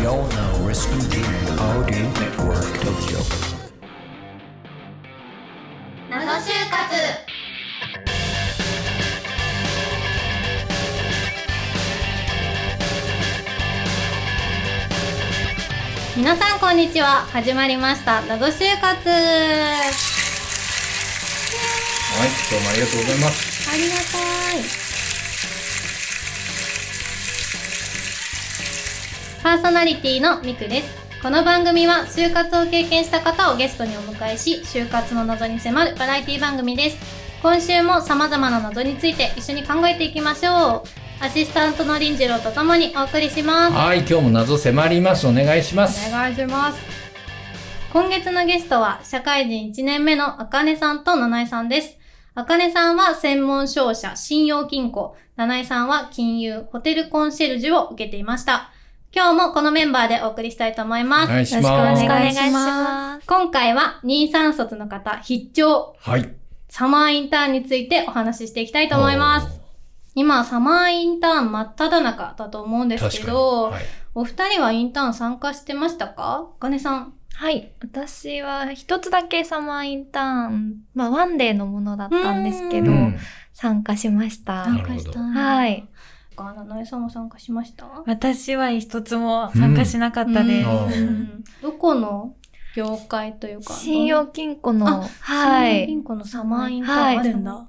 You're now listening to the Audio Network Tokyo. 謎就活皆さんこんにちは始まりました謎就活あはい、どうもありがとうございます。りがたいパーソナリティのみくですこの番組は就活を経験した方をゲストにお迎えし就活の謎に迫るバラエティ番組です今週も様々な謎について一緒に考えていきましょうアシスタントの林次郎とともにお送りしますはい、今日も謎迫ります。お願いしまおす。願いします。今月のゲストは、社会人1年目のあかねさんとななえさんです。あかねさんは専門商社、信用金庫、ななえさんは金融、ホテルコンシェルジュを受けていました。今日もこのメンバーでお送りしたいと思いまおす。願いしますよろくお願いしおま願す。今回は、23卒の方、必聴、はい。サマーインターンについてお話ししていきたいと思います。今、サマーインターン真っ只中だと思うんおー。ですけ確かに。ど、はい、お二人はインターン参加してましたかお金さん。はい。私は一つだけサマーインターン、まあワンデーのものだったんですけうど、ん。参加しました。なる参ほ加どした。はい。か。ななえさんも参加しました私は一つも参加しなかったです。うんうんどこの業界というか。信用金庫の、ははい。い。銀行のサマーインタはーいンああるるんんだだ。。うん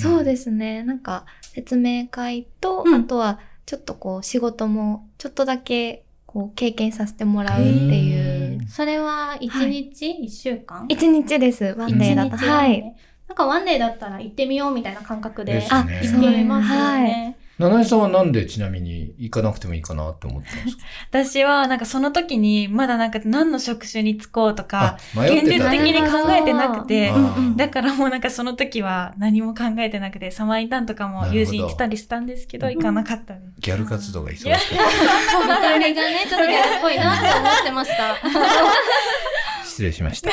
そうですね。なんか、説明会と、うんあとは、ちょっとこう、仕事も、ちょっとだけ、こう、経験させてもらうっていう。それは一日一週間一日です、ワンデーだと。一日なはんでい。なんかワンデーだったら行ってみようみたいな感覚でです行ねあ、でそうけなまんすよはい。ね。七井さんはなんでちなみに行かなくてもいいかなって思ったんですか私はなんかその時にまだなんか何の職種に就こうとか、迷現って実た的に考えてなくてあ、ーうんうんだからもうなんかその時は何も考えてなくて、サマーインターンとかも友人行ってたりしたんですけど、なる行かなかったです。ギャル活動が忙しかった。お二人がね、ちょっとギャルっぽいなって思ってました。失礼しました。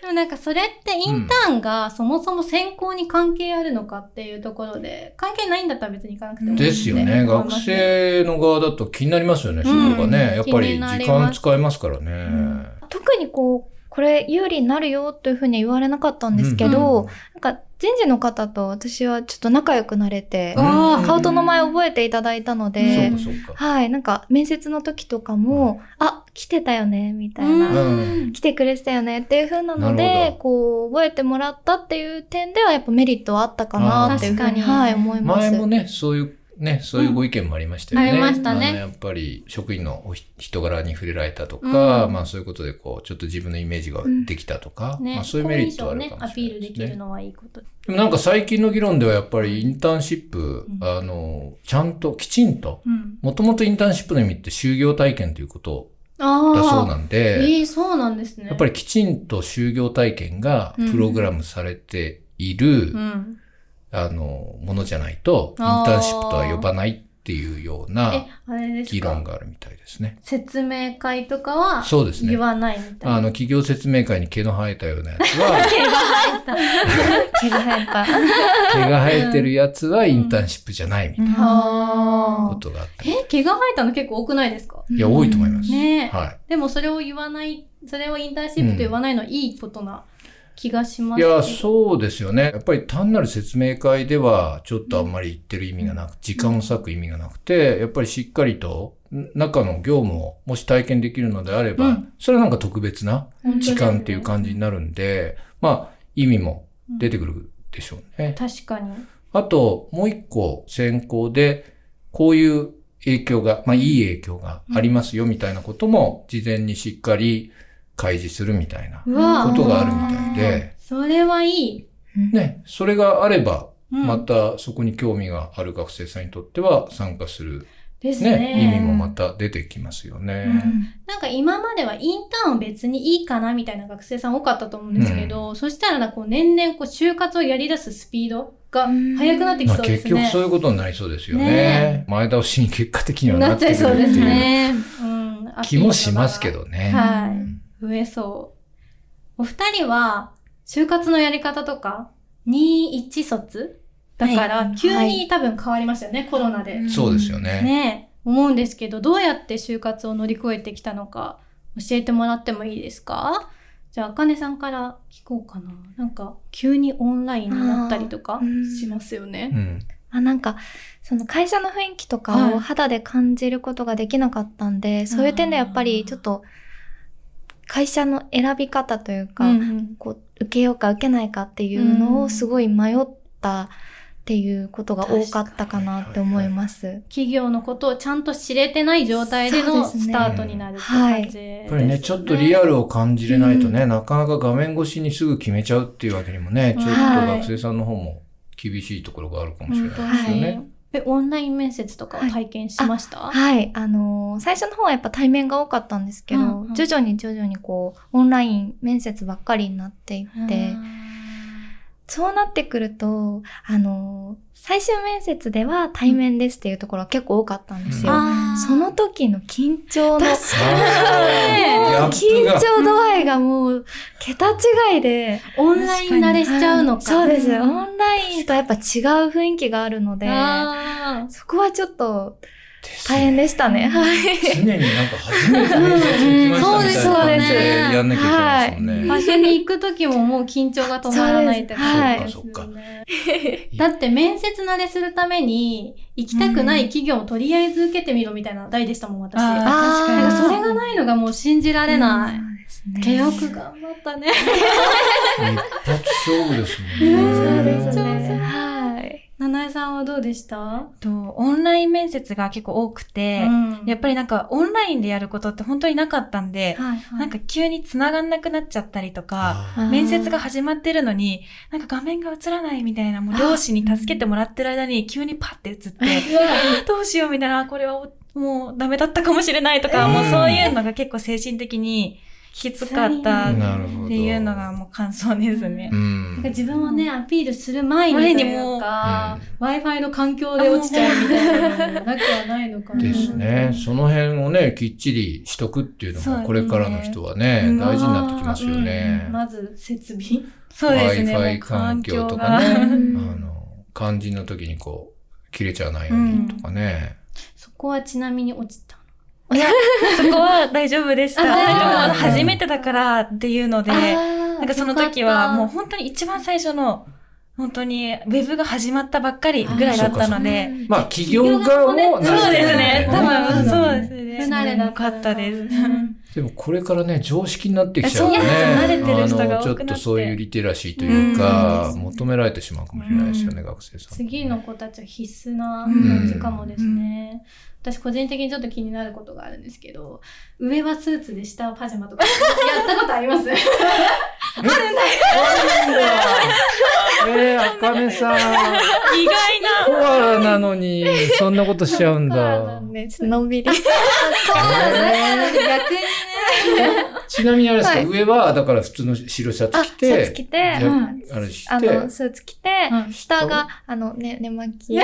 でもなんかそれってインターンがそもそも選考に関係あるのかっていうところで、関係ないんだったら別に行かなくてもいいってですよね。思い学ます生の側だと気になりますよね、そこがね。やっぱり時間使いますからね。ん特にこう、これ有利になるよというふうには言われなかったんですけど、うん、なんか人事の方と私はちょっと仲良くなれてう、んあー顔と名前覚えていただいたのえでー、そうかそうか。はい、なんか面接の時とかも、あ、来てたよね、みたいうんな。うん来てくれてたよねっていう風なのなるほでど、こう、覚えてもらったっていう点ではやっぱメリットはあったかなっていうふあうに、ー確かにはい、思います。前もね、そういう、ね、そういうご意見もありましたよね。うんありましたねあのやっぱり職員のおひ人柄に触れられたとか、うんまあそういうことでこう、ちょっと自分のイメージができたとか、ね、まあそういうメリットはあるかもアしれピーなルいできね。るのはいいこと。でもなんか最近の議論ではやっぱりインターンシップ、うんあの、ちゃんときちんと、うん。もともとインターンシップの意味って就業体験ということああ。だそうなんで、ええそうなんですね。やっぱり。りきちんと就業体験がプログラムされている、うん。あの、ものじゃないと、インタあーーンシップとは呼ばないっていうようなえ、あれですか議論があるみたいですね。説明会とかはそうですね言。わないみたいあな。の、企業説明会に毛の生えたようなやつ は、言わない毛が生えた。毛が生えてるやつはインターンシップじゃないみたいうんなあこーとがあって。え、毛が生えたの結構多くないですか いや、多いと思います。ねえはでもそれを言わない、それをインターンシップと言わないのいいことな気がしまい。いすけど。や、そうですよね。やっぱり単なる説明会では、ちょっとあんまり言ってる意味がなく、時間を割く意味がなくて、やっぱりしっかりと、ん中の業務をもし体験できるのであれば、うんそれはなんか特別な本当です時ね間っていう感じになるんで、まあ、意味も出てくるでしょうね。確かに。あと、もう一個選考で、こういう影響が、まあ、いい影響がありますよみたいなことも、事前にしっかり開示するみたいなうわこーとがあるみたいで、それはいい。ね、それがあれば、うんまたそこに興味がある学生さんにとっては参加する、ですねね、意味もまた出てきますようんね。なんか今まではインターン別にいいかなみたいな学生さん多かったと思うんですけど、そしたらなんかこう年々こう就活をやり出すスピードが速くなってきまそあ、うです結ね。局そういうことになりそうですよね。ね前倒しに結果的にはななっってちくゃるいっていそううですね。うん気もしますけ。アどピーね。ルがはうい。ん増えそう。お二人は就活のやり方とか、21卒だからはい急に多分変わりましたよね、コロナで。うんそうですよね。ね思うんですけど、どうやって就活を乗り越えてきたのか教えてもらってもいいですかじゃあ、あかねさんから聞こうかな。なんか、急にオンラインになったりとかあーうんしますよね。うん。 あなんかその会社の雰囲気とはかいを肌で感じることができなかったんで、そういう点でやっぱりちょっと会社の選び方というか、うんこう受けようか受けないかっていうのうをんすごい迷ったっていうことが多かったかなって思います。企業のことをちゃんと知れてない状態でのそうですスねタートになるって感じです、やっぱりね、ちょっとリアル。ルを感じれないとね、なかなか画面越しにすぐ決めちゃうっていうわけにもね、ちょっと学生さんの方も厳しいところがあるかもしれないですよはね。え、オンライン面接とかを体験しました、はい。あのー最初の方はやっぱ対面が多かったんですけど、うんうん徐々に徐々にこう、オンライン面接ばっかりになっていって、そうなってくると、あのー最終面接では対面ですっていうところは結構多かったんですよ。あーその時の緊張の、あーギャップ緊が張度合いがもう、桁違いで、オンライン慣れしちゃうのか。そうです。オあンラインとやっぱ違う雰囲気があるので、あーそこはちょっとです大変ね。でしたね。はい。常になんか初めて面接行きましたみたいな感じでやんなきゃいけないですもんね。場所に行く時ももう緊張が止まらないって感じですそうですよはね。 だって面接慣れするために行きたくない企業をとりあえず受けてみろみたいな題でしたもん、私。なんかあーあー確かにそれがないのがもう信じられない。そうです手ねよく頑張ったね。一発勝負ですもそうんね。緊張ですするね。はい。七重さんはどうでしたとオンライン面接が結構多くて、やっぱり、りなんかオンラインでやることって本当になかったんで、はいはいなんか急に繋がんなくなっちゃったりとか、ああー面接が始まってるのに、なんか画面が映らないみたいな、もう両親に助けてもらってる間に急にパッて映って、 どうしようみたいな、あこれはおもうダメだったかもしれないとか、うんもうそういうのが結構精神的にきつかったーっなるほど。ていうのがもう感想ですねう。なんんか。自分をね、アピールする前にというか、Wi-Fi の環境で落ちちゃうみたいなのもなくはないのかな。ですね。その辺をね、きっちりしとくっていうのそうですが、ねこれからの人はね、うん大事になってきますよね。うんまず設備。そうですね。 Wi-Fi もう環境環境とがかねうあんの、肝心の時にこう、切れちゃわないようにとかね。そこはちなみに落ちた。そこは大丈夫でした。あでも大丈夫初めてだからっていうので、ななんかその時はもう本当に一番最初の、本当にウェブが始まったばっかりぐらいだったので、まあ、企業側もそうかそうですね。慣れてるみた多いな分、そうですね。不慣れだよかったです。でもこれからね、常識になってきちゃうとね、そうですね慣れてる人が多くなあの、ってちょっとそういうリテラシーというかう、ん求められてしまうかもしれないですよね、学生さん。次の子たちは必須な感じかもですね。私個人的にちょっと気になることがあるんですけど、上はスーツで下はパジャマとか やったことありますあるんだえー、あかねさん、意外な。コアラなのに、そんなことしちゃうんだ。ね、ちょっとのんびり。えー逆にね。ちなみにあれですか、はい上は、だから普通の白シャツ着シて、ャツ着てじゃうんあれしあての、、スーツ着て、うん下が、あの、ね、寝巻き。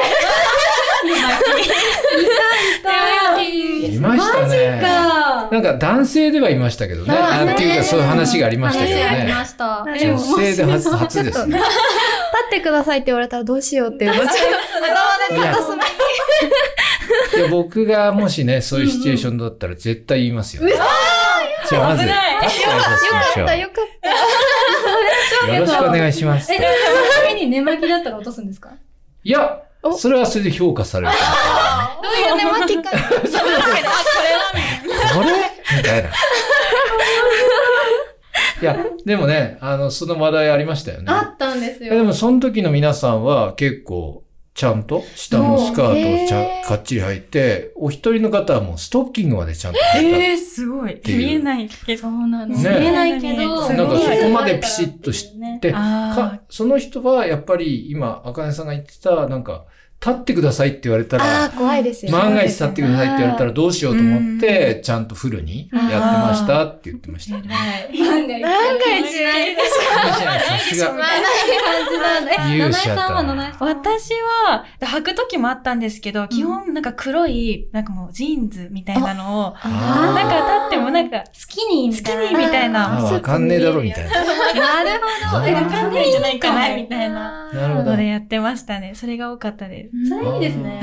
いましたね。かなんか男性ではいましたけどね。ああねっていうかそういう話がありましたけど話ありまね。した。ねえ女性で初面白い初ですね。立ってくださいって言われたらどうしようっていう。いやいや僕がもしね、そういうシチュエーションだったら絶対言いますよ、ね。じゃあまず、危ない立って挨拶しま しょよかった、よかっう。よろしくお願いします。え、でもそのために寝巻きだったら落とすんですかいや、それはそれで評価されるとた。どういう寝巻きか。思う。これみたい な。いや、でもね、あの、その話題ありましたよね。あったんですえでよ。も、その時の皆さんは結構、ちゃんと、下のスカートをちゃ、へーかっちり履いて、お一人の方はもうストッキングまでちゃんと履いた。えー、すごい。ていう 見えないけど。そうなの。ね見えないけど、なんかそこまでピシッとしね。で、あかその人はやっぱり今、あかねさんが言ってた、なんか、立ってくださいって言われたあら、あ、怖いですよ。万が一立ってくださいって言われたらどうしようと思っうて、ちゃんとフルにやってましたって言ってましたーね。はい。万が一。万が一ないです。さすが。感じなんだ。え、勇七井者ださんは七井さん。私は、履く時もあったんですけど、基本なんか黒い、なんかもうジーンズみたいなのを、あなんか立ってもなんか、スキニーみスキたニいーな。みたいあな。わかんねえだろみたいな。なるほど。え、わかんないんじゃないかな、みたいな。な。なるほこど。こでやってましたね。それが多かったです。それいいですね。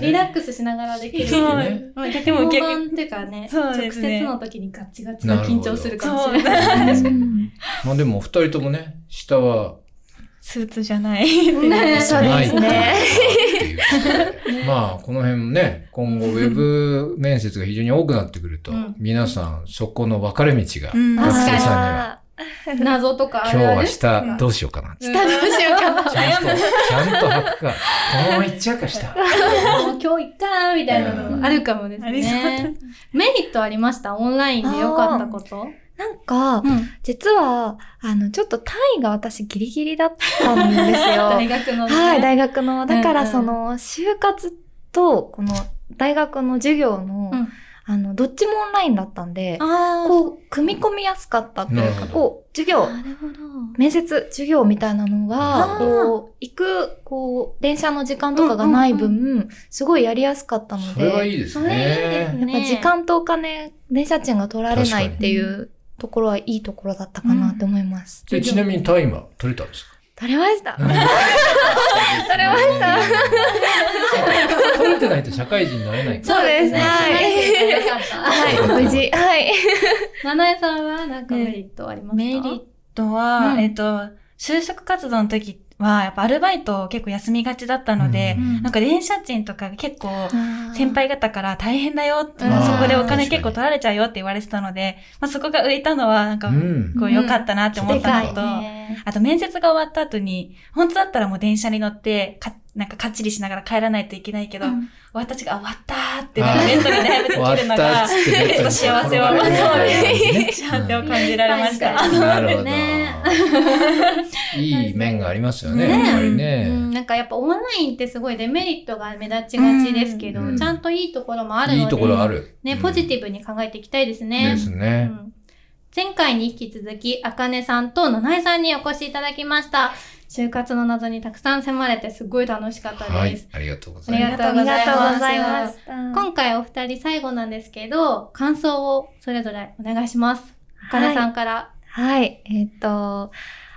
リラックスしながらできる。そううんね逆に本番っていうかね、そう直ですね接の時にガッチガチの緊張するかもしれ ない。そう。まあでも、お二人ともね、下は、スーツじゃないっていう。 ねそうですねないっていうことで まあ、この辺もね、今後、ウェブ面接が非常に多くなってくるとうん、皆さん、そこの分かれ道が、うん学生さんに確は、謎とかあ今日るあはる。下、どうしようかな。ち下どうしようかな。ゃんと、ちゃんと履くか。このまま行っちゃうか、下。もう今日行っかなみたいなのあるかもですありそね。メリットありましたオンラインで良かったことなんか、うん実は、あの、ちょっと単位が私ギリギリだったんですよ。 大学のね。はい、大学の。だかうんらうんその、就活と、この、大学の授業の、うんあの、どっちもオンラインだったんで、あーこう、組み込みやすかったってないるうほか、どこう、授業、なるほど。面接、授業みたいなのあーが、こう、行く、こう、電車の時間とかがない分、すごいやりやすかったのそれはいで、いですそれいいですね。やっぱね。時間とお金、電車賃が取られないっていうところはいいところだったかなって思います。でちなみに単位は取れたんですか取れました。取れました。取れてないと社会人になれないから。そうですね。はいよかったはい、無事。はい。七重さんはなんかメリットありますか、メリットは、うんえっと、就職活動の時は、やっぱアルバイトを結構休みがちだったので、うんなんか電車賃とか結構、先輩方から大変だよって、うんそこでお確か金に結構取られちゃうよって言われてたので、まあ、そこが浮いたのは、なんか、うん。こう良かったなって思ったのうんと、ねあと面接が終わった後に、本当だったらもう電車に乗って、か、なんかかっちりしながら帰らないといけないけど、 うん私が終わったーってなんかメンタルにだいぶでき終わっるのたがっ、つってねちょっと幸せ転を、がってるそうねです幸せを感じられました。うなるほどね。 いい面がありますよね、ねやっぱりうね。ん、なんかやっぱオンラインってすごいデメリットが目立ちがちですけど、うんちゃんといいところもあるので、いいところある。ね、ポジティブに考えていきたいですね。ですうね。ん、前回に引き続き、あかねさんと七重さんにお越しいただきました。就活の謎にたくさん迫れてすごい楽しかったです。はい。ありがとうございあまりす。がとうございますありがとうございました。今回お二人最後なんですけど、感想をそれぞれお願いします。あかねさんから。はい、えっ、と、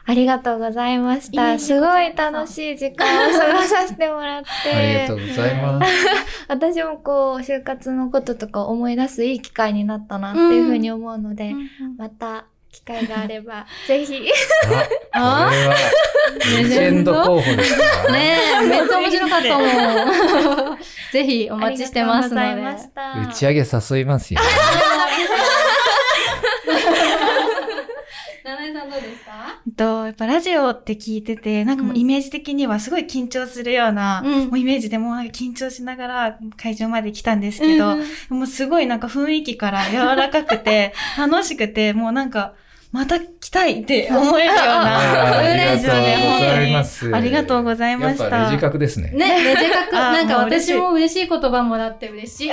ありがとうございましいえいた。えすごい楽しい時間を過ごさせてもらっありがてと、うございます。私もこう、就活のこととか思い出すいい機会になったなっていうふうに思うので、また機会があれば、ぜひ。あ、これは、レジェンド候補ですからねえ、めっちゃ面白かった もん。ぜひお お待ちしてますので。ありがとうございました。打ち上げ誘いますよ。七重さんどうですかえっと、やっぱラジオって聞いてて、なんかもううんイメージ的にはすごい緊張するような、うんもうイメージでもうなんか緊張しながら会場まで来たんですけど、もうすごいなんか雰囲気から柔らかく て、楽しくて、もうなんか、また来たいって思えるような、あそーあういうラりジオがとうでございま本当す。にありがとうございましやっぱた。レジ格ですね。ね、めでかく、あーなんかもう嬉し私いも嬉しい言葉もらって嬉しい。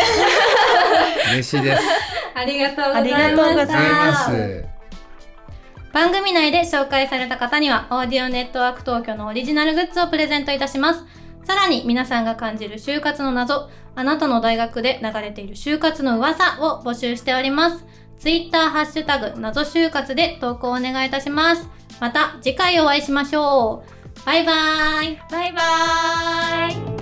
嬉しいです。ありがとうございました。ありがとうございます番組内で紹介された方には、オーディオネットワーク東京のオリジナルグッズをプレゼントいたします。さらに、皆さんが感じる就活の謎、あなたの大学で流れている就活の噂を募集しております。ツイッターハッシュタグ、謎就活で投稿お願いいたします。また次回お会いしましょう。バイバーイ。バイバーイ。